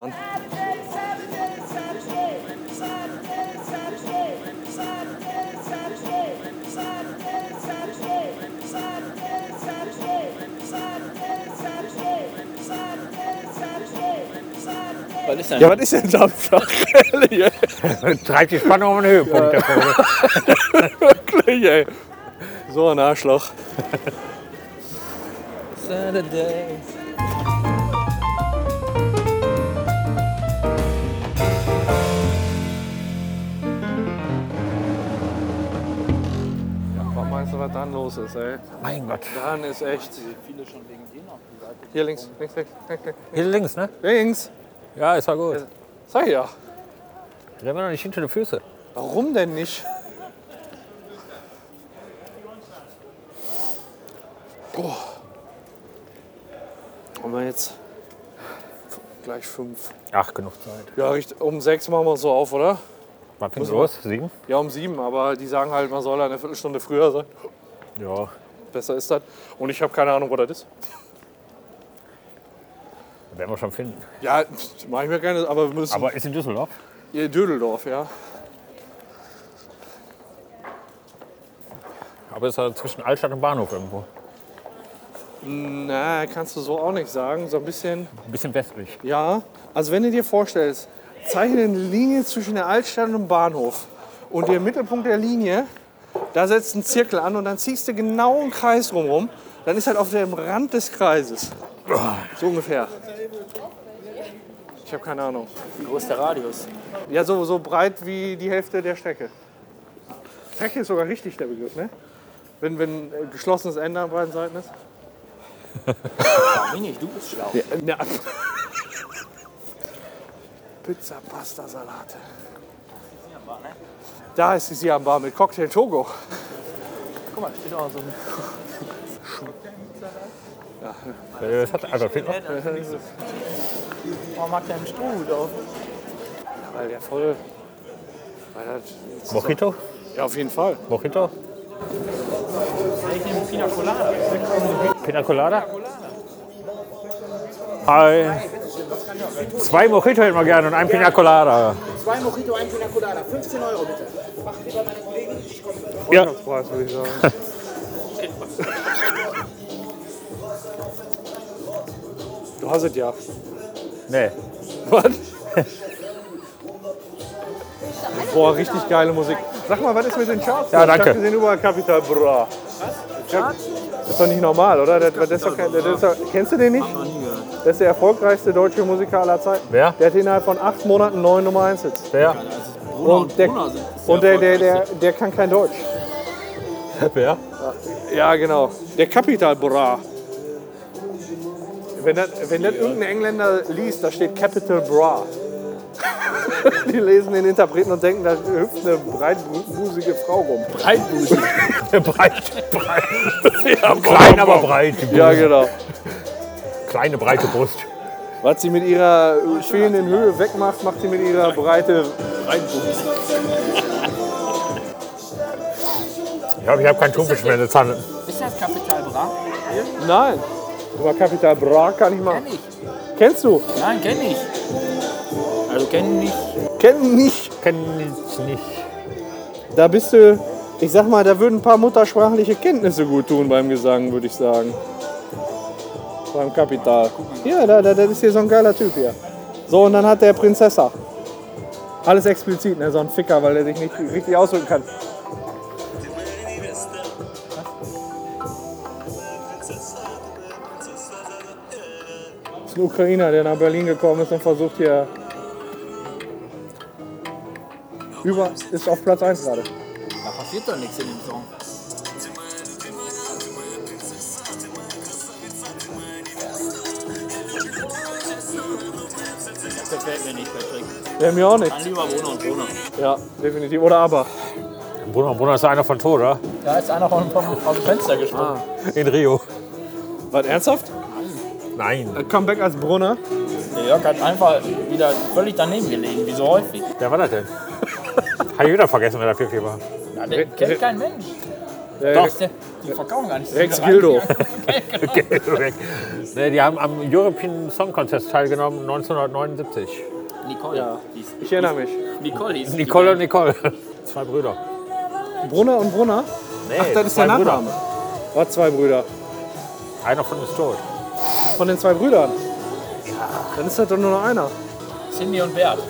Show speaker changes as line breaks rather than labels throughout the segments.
Und was ist denn?
Ja, was ist denn Samstag? Ehrlich,
Treibt die Spannung auf den Höhepunkt. der Vogel.
ey. ey. So ein Arschloch.
Saturday.
Was meinst du, was dann los ist, ey?
Mein Gott.
Dann ist echt.
Viele schon wegen dir noch gesagt.
Hier links, links, links, links, links,
Hier links, ne?
links.
Ja, ist ja gut.
Sag ich ja.
Drehen wir noch nicht hinter die Füße.
Warum denn nicht? Boah. Haben wir jetzt gleich fünf.
Ach, genug Zeit.
Ja, richt- um sechs machen wir uns so auf, oder?
Wann findest du los? Sieben?
Ja, um sieben, aber die sagen halt, man soll eine Viertelstunde früher sein.
Ja.
Besser ist das. Und ich habe keine Ahnung, wo das ist.
Werden wir schon finden.
Ja, pff, mach ich mir keine, aber wir müssen.
Aber ist in Düsseldorf?
Ihr Dödeldorf, ja.
Aber ist ja zwischen Altstadt und Bahnhof irgendwo.
Na, Äh, kannst du so auch nicht sagen. So ein bisschen.
Ein bisschen westlich.
Ja, also wenn du dir vorstellst, zeichne eine Linie zwischen der Altstadt und dem Bahnhof und der Mittelpunkt der Linie, da setzt ein Zirkel an und dann ziehst du genau einen Kreis rumrum, dann ist halt auf dem Rand des Kreises. So ungefähr. Ich habe keine Ahnung.
Wie groß ist der Radius?
Ja, so, so breit wie die Hälfte der Strecke. Strecke ist sogar richtig der Begriff, ne? Wenn, wenn äh, geschlossenes Ende an beiden Seiten ist.
Nee, nicht, du bist schlau.
Ja, na. Pizza, Pasta, Salate. Da ist die Siam Bar mit Cocktail Togo.
Guck mal, steht auch so ein
Äh, Das hat Albert Fittler.
Herd an. Warum hat der einen Strohhut auf?
Weil der voll. Weil das,
Mojito?
ja, auf jeden Fall.
Mojito?
Ich nehme Pina Colada.
Pina Colada? Hi. Zwei Mojito hätten wir gerne und ein Pina Colada.
Zwei Mojito, ein Pina Colada. 15 Euro bitte. Machen Sie bei meiner Kollegin. Ich komme.
Ja.
Preis, würde ich sagen. du hast es ja.
Nee.
Was? Boah, richtig geile Musik. Sag mal, was ist mit den Charts?
Ja, danke.
Ich hab gesehen überall Kapital Bra. Was? Charts? Das ist doch nicht normal, oder? Das, das ist doch kein, das ist doch, kennst du den nicht? Das ist der erfolgreichste deutsche Musiker aller Zeiten.
Wer?
Der hat innerhalb von acht Monaten neun Nummer 1 Hits.
Wer?
Und der, und der, der, der, der kann kein Deutsch.
Wer?
Ja, genau. Der Capital Bra. Wenn das, wenn das irgendein Engländer liest, da steht Capital Bra. Die lesen den Interpreten und denken, da hüpft eine breitbusige Frau rum.
Der breit. breit. Klein, aber breit.
Ja, genau.
Kleine, breite Brust.
Was sie mit ihrer äh, fehlenden Höhe wegmacht, macht sie mit ihrer Breite.
Ich habe ich hab keinen Thunfisch mehr in der Zanne.
Ist das Kapital Bra?
Nein. Aber Capital Bra kann ich machen.
Kenn ich.
Kennst du?
Nein, kenn ich. Also kenn ich.
Kenn nicht.
Kenn ich nicht.
Da bist du. Ich sag mal, da würden ein paar muttersprachliche Kenntnisse gut tun beim Gesang, würde ich sagen. Beim Kapital. Ja, da, da, das ist hier so ein geiler Typ hier. So, und dann hat der Prinzessa. Alles explizit, ne? so ein Ficker, weil er sich nicht richtig ausdrücken kann. Das ist ein Ukrainer, der nach Berlin gekommen ist und versucht hier. Über, ist auf Platz 1 gerade.
Da passiert doch nichts in dem Song. Das gefällt mir nicht, Patrick.
Der mir auch nicht.
Dann lieber Bruno und Bruno.
Ja, definitiv. Oder aber.
Bruno, Bruno ist einer von Tod, oder?
Da ist einer vom, vom, vom Fenster gesprungen.
In Rio.
Was, ernsthaft?
Nein.
Comeback Äh, als Brunner?
Der Jörg hat einfach wieder völlig daneben gelegen, wie so häufig.
Wer war das denn? Habe ich wieder vergessen, wer da 4-4 war.
Ja, den kennt kein Mensch.
Ja,
Doch, der, Die verkaufen gar nicht. so
Rex
viel.
Gildo.
Okay, genau.
Weg. nee, die haben am European Song Contest teilgenommen 1979.
Nicole.
Ja.
hieß-
Ich erinnere mich.
Nicole hieß die.
Nicole und Nicole. Zwei Brüder.
Brunner und Brunner?
Nee,
Ach, das ist
zwei
der Nachname. War zwei Brüder.
Brüder. Einer von ist tot.
Von den zwei Brüdern? Dann ist das doch nur noch einer.
Cindy und Bert.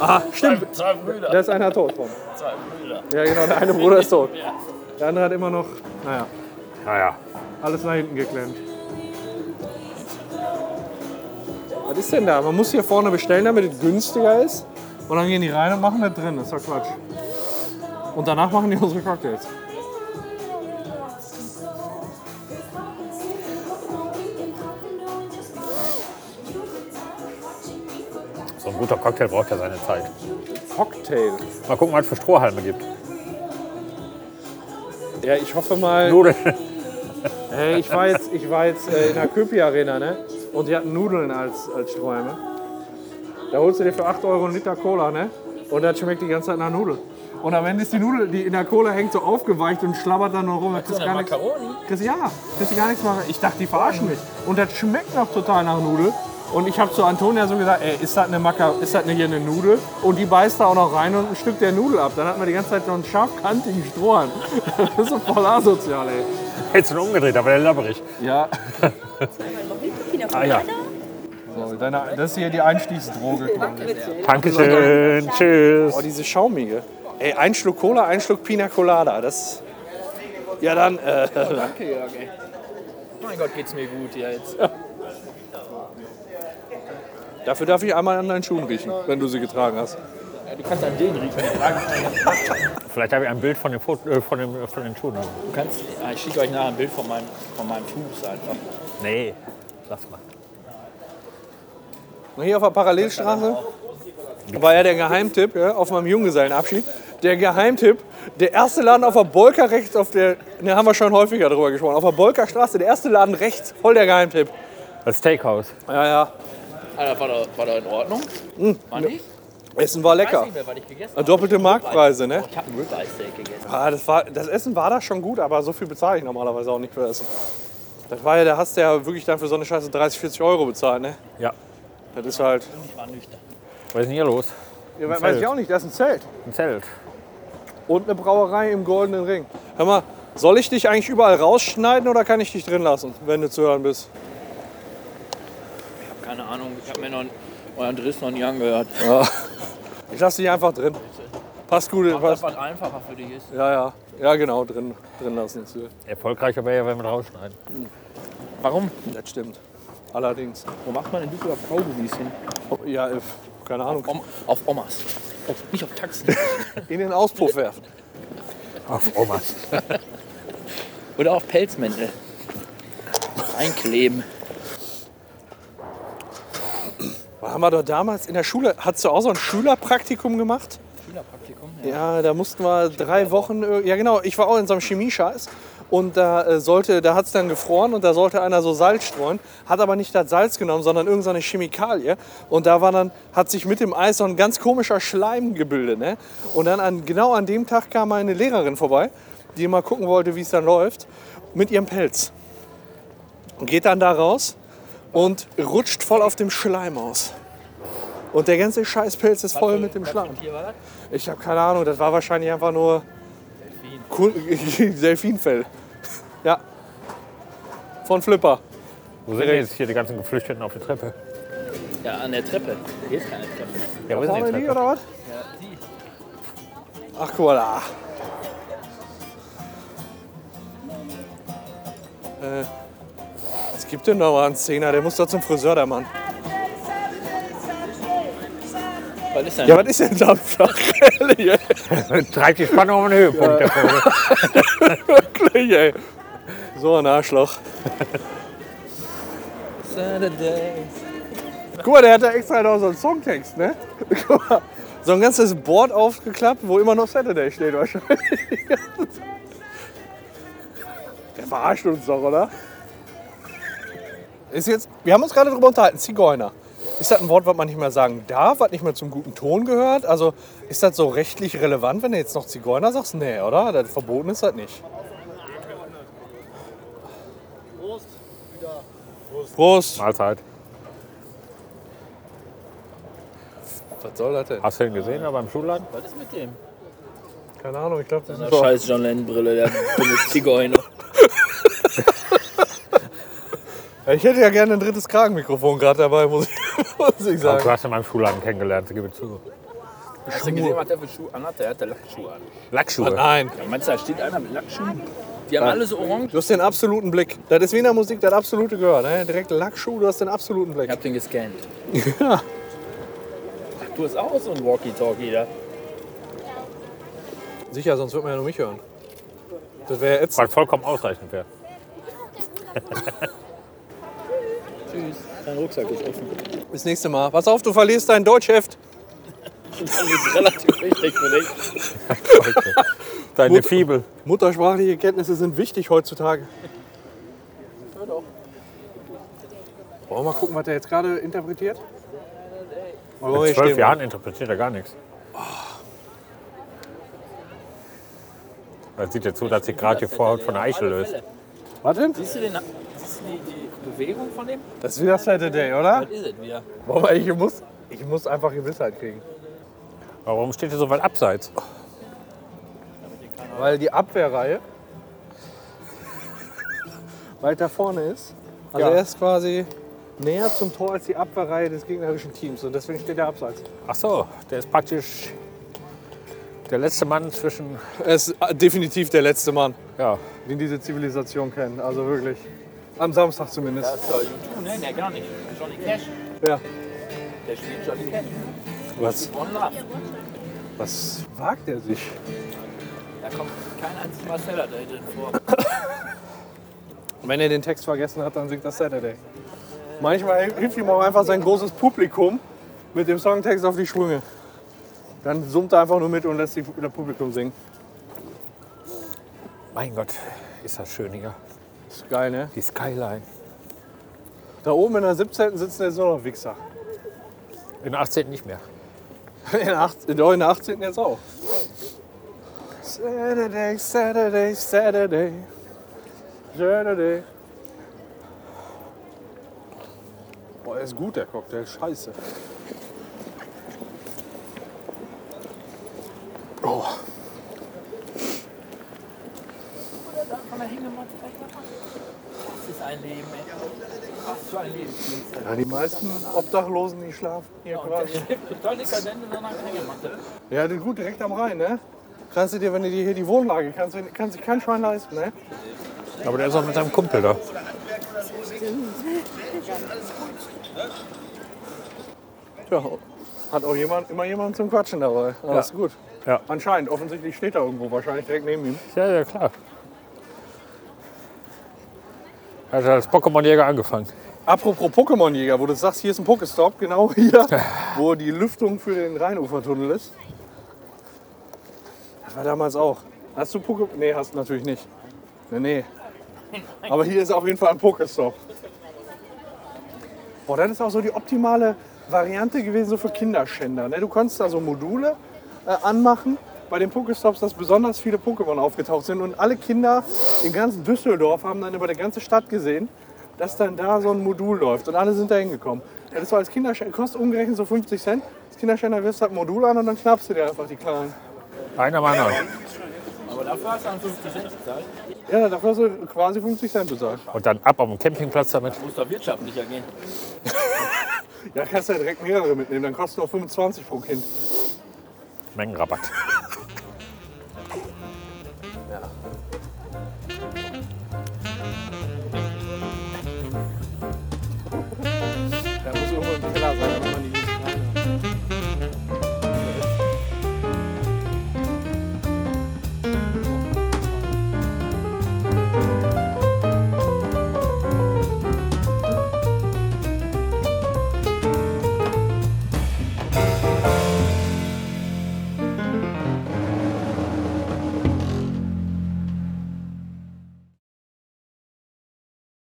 Ah,
Zwei,
stimmt.
zwei Brüder.
Da ist einer tot von.
Zwei Brüder.
Ja, genau, der eine Bruder ist tot.
Ja.
Der andere hat immer noch, naja,
Naja.
alles nach hinten geklemmt. Was ist denn da? Man muss hier vorne bestellen, damit es günstiger ist. Und dann gehen die rein und machen das drin. Das ist doch Quatsch. Und danach machen die unsere Cocktails.
So ein guter Cocktail braucht ja seine Zeit.
Cocktail?
Mal gucken, was es für Strohhalme gibt.
Ja, ich hoffe mal.
Nudeln.
Hey, ich war jetzt, ich war jetzt äh, in der Köpi-Arena, ne? Und die hatten Nudeln als, als Sträume. Da holst du dir für 8 Euro einen Liter Cola, ne? Und das schmeckt die ganze Zeit nach Nudel. Und am Ende ist die Nudel, die in der Cola hängt, so aufgeweicht und schlabbert dann nur rum. Das
So
ist
eine
gar nichts.
Macaroni.
Chris, ja, dass ich gar nichts mache. Ich dachte, die verarschen mich. Und das schmeckt noch total nach Nudel. Und ich habe zu Antonia so gesagt, ey, ist das eine Maca, ist das hier eine Nudel? Und die beißt da auch noch rein und ein Stück der Nudel ab. Dann hat man die ganze Zeit so einen scharfkantigen Strohhalm. Das ist so voll asozial, ey.
Jetzt schon umgedreht, aber der labberig.
Ja.
Ah ja.
So, deine, das ist hier die Einstiegsdroge. quasi.
Dankeschön. Tschüss.
Oh, diese schaumige. Ey, ein Schluck Cola, ein Schluck Pina Colada. Das. Ja, dann. Äh,
Danke, Jörg, ey. Mein Gott, geht's mir gut hier jetzt.
dafür darf ich einmal an deinen Schuhen riechen, wenn du sie getragen hast.
Ja, du kannst an den riechen.
Vielleicht habe ich ein Bild von dem, Foto, äh, von dem, von dem Schuh.
Du kannst, ah, ich schicke euch nachher ein Bild von meinem, von meinem Fuß einfach.
Nee, lass mal.
Und hier auf der Parallelstraße war ja der Geheimtipp ja, auf meinem Junggesellenabschied. Der Geheimtipp, der erste Laden auf der Bolker rechts, auf der, ne, haben wir schon häufiger drüber gesprochen, auf der Bolkerstraße, der erste Laden rechts, voll der Geheimtipp.
Das Steakhouse.
Ja, ja,
Alter, Ah, war doch, war doch in Ordnung. War nicht?
Essen war
Ich weiß
Hm. lecker. Ah,
nicht mehr, was ich gegessen habe.
Doppelte Marktpreise, ne?
Ich habe ein Ribeye Steak gegessen.
Ah, das, war, das Essen war da schon gut, aber so viel bezahle ich normalerweise auch nicht für Essen. Das war ja, da hast du ja wirklich dann für so eine Scheiße 30, 40 Euro bezahlt, ne?
Ja.
Das ist halt.
Ich war nüchtern.
Was ist denn hier los?
Ja,
weiß Zelt. ich
auch nicht, das ist ein Zelt.
Ein Zelt.
Und eine Brauerei im Goldenen Ring. Hör mal, soll ich dich eigentlich überall rausschneiden oder kann ich dich drin lassen, wenn du zu hören bist?
Keine Ahnung, ich habe mir noch euren Driss noch nie angehört.
Ich lasse dich einfach drin. Passt gut,
Das
passt.
was einfacher für dich ist.
Ja, ja. Ja, genau, drin, drin lassen. ist gut.
Erfolgreicher wäre ja, wenn wir rausschneiden.
Warum?
Das stimmt. Allerdings.
Wo macht man in Düsseldorf Kaugummis hin?
Oh, Ja, äh, keine Ahnung.
Om auf Omas. Auf, nicht auf Taxen.
In den Auspuff werfen.
Auf Omas.
Oder auf Pelzmäntel. Einkleben.
Haben wir doch damals in der Schule, hast du auch so ein Schülerpraktikum gemacht?
Schülerpraktikum? Ja.
Ja, da mussten wir drei Wochen. äh, Ja, genau. Ich war auch in so einem Chemiescheiß. Und da äh, sollte, da hat es dann gefroren und da sollte einer so Salz streuen, hat aber nicht das Salz genommen, sondern irgendeine Chemikalie. Und da war dann, hat sich mit dem Eis so ein ganz komischer Schleim gebildet. Ne? Und dann an, genau an dem Tag kam meine Lehrerin vorbei, die mal gucken wollte, wie es dann läuft, mit ihrem Pelz. Und geht dann da raus und rutscht voll auf dem Schleim aus. Und der ganze Scheißpelz ist voll mit dem Schleim.
Hier war das?
Ich habe keine Ahnung, das war wahrscheinlich einfach nur Kun- Delfinfell. ja. Von Flipper.
Wo sind denn jetzt hier die ganzen Geflüchteten auf der Treppe?
Ja, an der Treppe. Hier ist keine Treppe.
Ja, wo
Haben
sind
wir
die
die
Treppe?
oder was? Ach, guck mal da. Äh, es gibt denn noch mal einen Zehner, der muss doch zum Friseur, der Mann.
Was ist denn?
Ja, was ist denn Samstag? Ehrlich,
Treibt die Spannung auf den Höhepunkt. der Vogel.
ey. ey. So ein Arschloch.
Saturday.
Guck mal, der hat da extra noch so einen Songtext, ne? Guck mal, so ein ganzes Board aufgeklappt, wo immer noch Saturday steht wahrscheinlich. Der verarscht uns doch, oder? Ist jetzt, wir haben uns gerade darüber unterhalten, Zigeuner. Ist das ein Wort, was man nicht mehr sagen darf, was nicht mehr zum guten Ton gehört? Also ist das so rechtlich relevant, wenn du jetzt noch Zigeuner sagst? Nee, oder? Das verboten ist das nicht. Prost.
Mahlzeit.
Was soll das denn?
Hast du den gesehen da beim Schulladen?
Was ist mit dem?
Keine Ahnung, ich glaube, das
Na,
ist
scheiß John Lennon-Brille, der dumme Zigeuner.
Ich hätte ja gerne ein drittes Kragenmikrofon gerade dabei, muss ich, muss ich
Du
sagen.
hast ihn beim Schulladen kennengelernt, gebe ich zu.
Hast du gesehen, was der für Schuhe anhat? Der hatte Lackschuhe an.
Lackschuhe.
Nein.
Ja, meinst du, da steht einer mit Lackschuhen? Die haben alle so orange.
Du hast den absoluten Blick. Das ist Wiener Musik, das absolute gehört. Ne? Direkt Lackschuh, du hast den absoluten Blick.
Ich hab den gescannt.
Ja.
Ach, du hast auch so ein Walkie-Talkie da.
Sicher, sonst wird man ja nur mich hören. Das wäre jetzt.
Was vollkommen ausreichend wäre.
Tschüss. Dein Rucksack ist offen.
Bis nächste Mal. Pass auf, du verlierst dein Deutschheft.
Das ist relativ wichtig für dich.
Deine Fibel.
Muttersprachliche Kenntnisse sind wichtig heutzutage. Wollen wir mal gucken, was der jetzt gerade interpretiert? Oder wollen wir
Mit
hier
zwölf
stehen bleiben?
Jahren interpretiert er gar nichts. Das sieht jetzt so, dass sie gerade die Vorhaut von der Eichel löst.
Was denn?
Siehst du, den, siehst du die, die Bewegung von dem?
Das ist wieder Saturday, oder?
Was ist es wieder?
Wollen wir, ich, muss, ich muss einfach Gewissheit kriegen.
Warum steht hier so weit abseits?
Weil die Abwehrreihe weiter vorne ist. Also
Ja.
er ist quasi näher zum Tor als die Abwehrreihe des gegnerischen Teams. Und deswegen steht er abseits.
Ach so, der ist praktisch der letzte Mann zwischen.
Er ist äh, definitiv der letzte Mann,
Ja,
den diese Zivilisation kennt. Also wirklich. Am Samstag zumindest.
Das ist doch YouTube, ne? Ne, gar nicht. Johnny Cash.
Ja.
Der spielt Johnny Cash.
Was,
One Love.
was wagt er sich?
Da kommt kein einziges Marcella da drin vor.
Wenn er den Text vergessen hat, dann singt das Saturday. Manchmal hilft ihm auch einfach sein großes Publikum mit dem Songtext auf die Sprünge. Dann summt er einfach nur mit und lässt die, das Publikum singen.
mein Gott, ist das schön hier.
Ist geil, ne?
Die Skyline.
Da oben in der 17. sitzen jetzt nur noch Wichser.
In 18 nicht mehr.
In der, 18, doch, in der 18. jetzt auch. Saturday, Saturday, Saturday. Saturday. Boah, der ist gut, der Cocktail. Scheiße. Oh.
Von der Hängematte Das ist ein Leben, ey. Was für ein Leben.
Ja, die meisten Obdachlosen, die schlafen hier quasi.
Total dekadent in so einer Hängematte.
Ja, das ist gut, direkt am Rhein, ne? Kannst du dir, wenn du dir hier die Wohnlage kannst, du- kannst du kein Schwein leisten, ne?
Aber der ist auch mit seinem Kumpel da.
Tja, hat auch jemand, immer jemand zum Quatschen dabei. Ja. ist gut.
Ja.
Anscheinend, offensichtlich steht da irgendwo, wahrscheinlich direkt neben ihm.
Ja, ja, klar. Hat er als Pokémon-Jäger angefangen.
Apropos Pokémon-Jäger, wo du sagst, hier ist ein Pokestop, genau hier, wo die Lüftung für den Rheinufertunnel ist. Das war damals auch. Hast du Poké... Nee, hast du natürlich nicht. Nee, nee. Aber hier ist auf jeden Fall ein Pokestop. Boah, das ist auch so die optimale Variante gewesen so für Kinderschänder. Ne? Du konntest da so Module äh, anmachen, bei den Pokestops, dass besonders viele Pokémon aufgetaucht sind. Und alle Kinder in ganz Düsseldorf haben dann über die ganze Stadt gesehen, dass dann da so ein Modul läuft. Und alle sind da hingekommen. Das ist so als Kinderschänder, kostet umgerechnet so 50 Cent. Als Kinderschänder wirfst du das Modul an und dann schnappst du dir einfach die Kleinen.
Einer am anderen.
Aber dafür hast du dann 50 Cent gezahlt.
Ja, dafür hast du quasi 50 Cent bezahlt.
Und dann ab auf dem Campingplatz damit.
Muss doch wirtschaftlicher gehen.
Ja, kannst du ja direkt mehrere mitnehmen, dann kostet nur 25 pro Kind.
Mengenrabatt.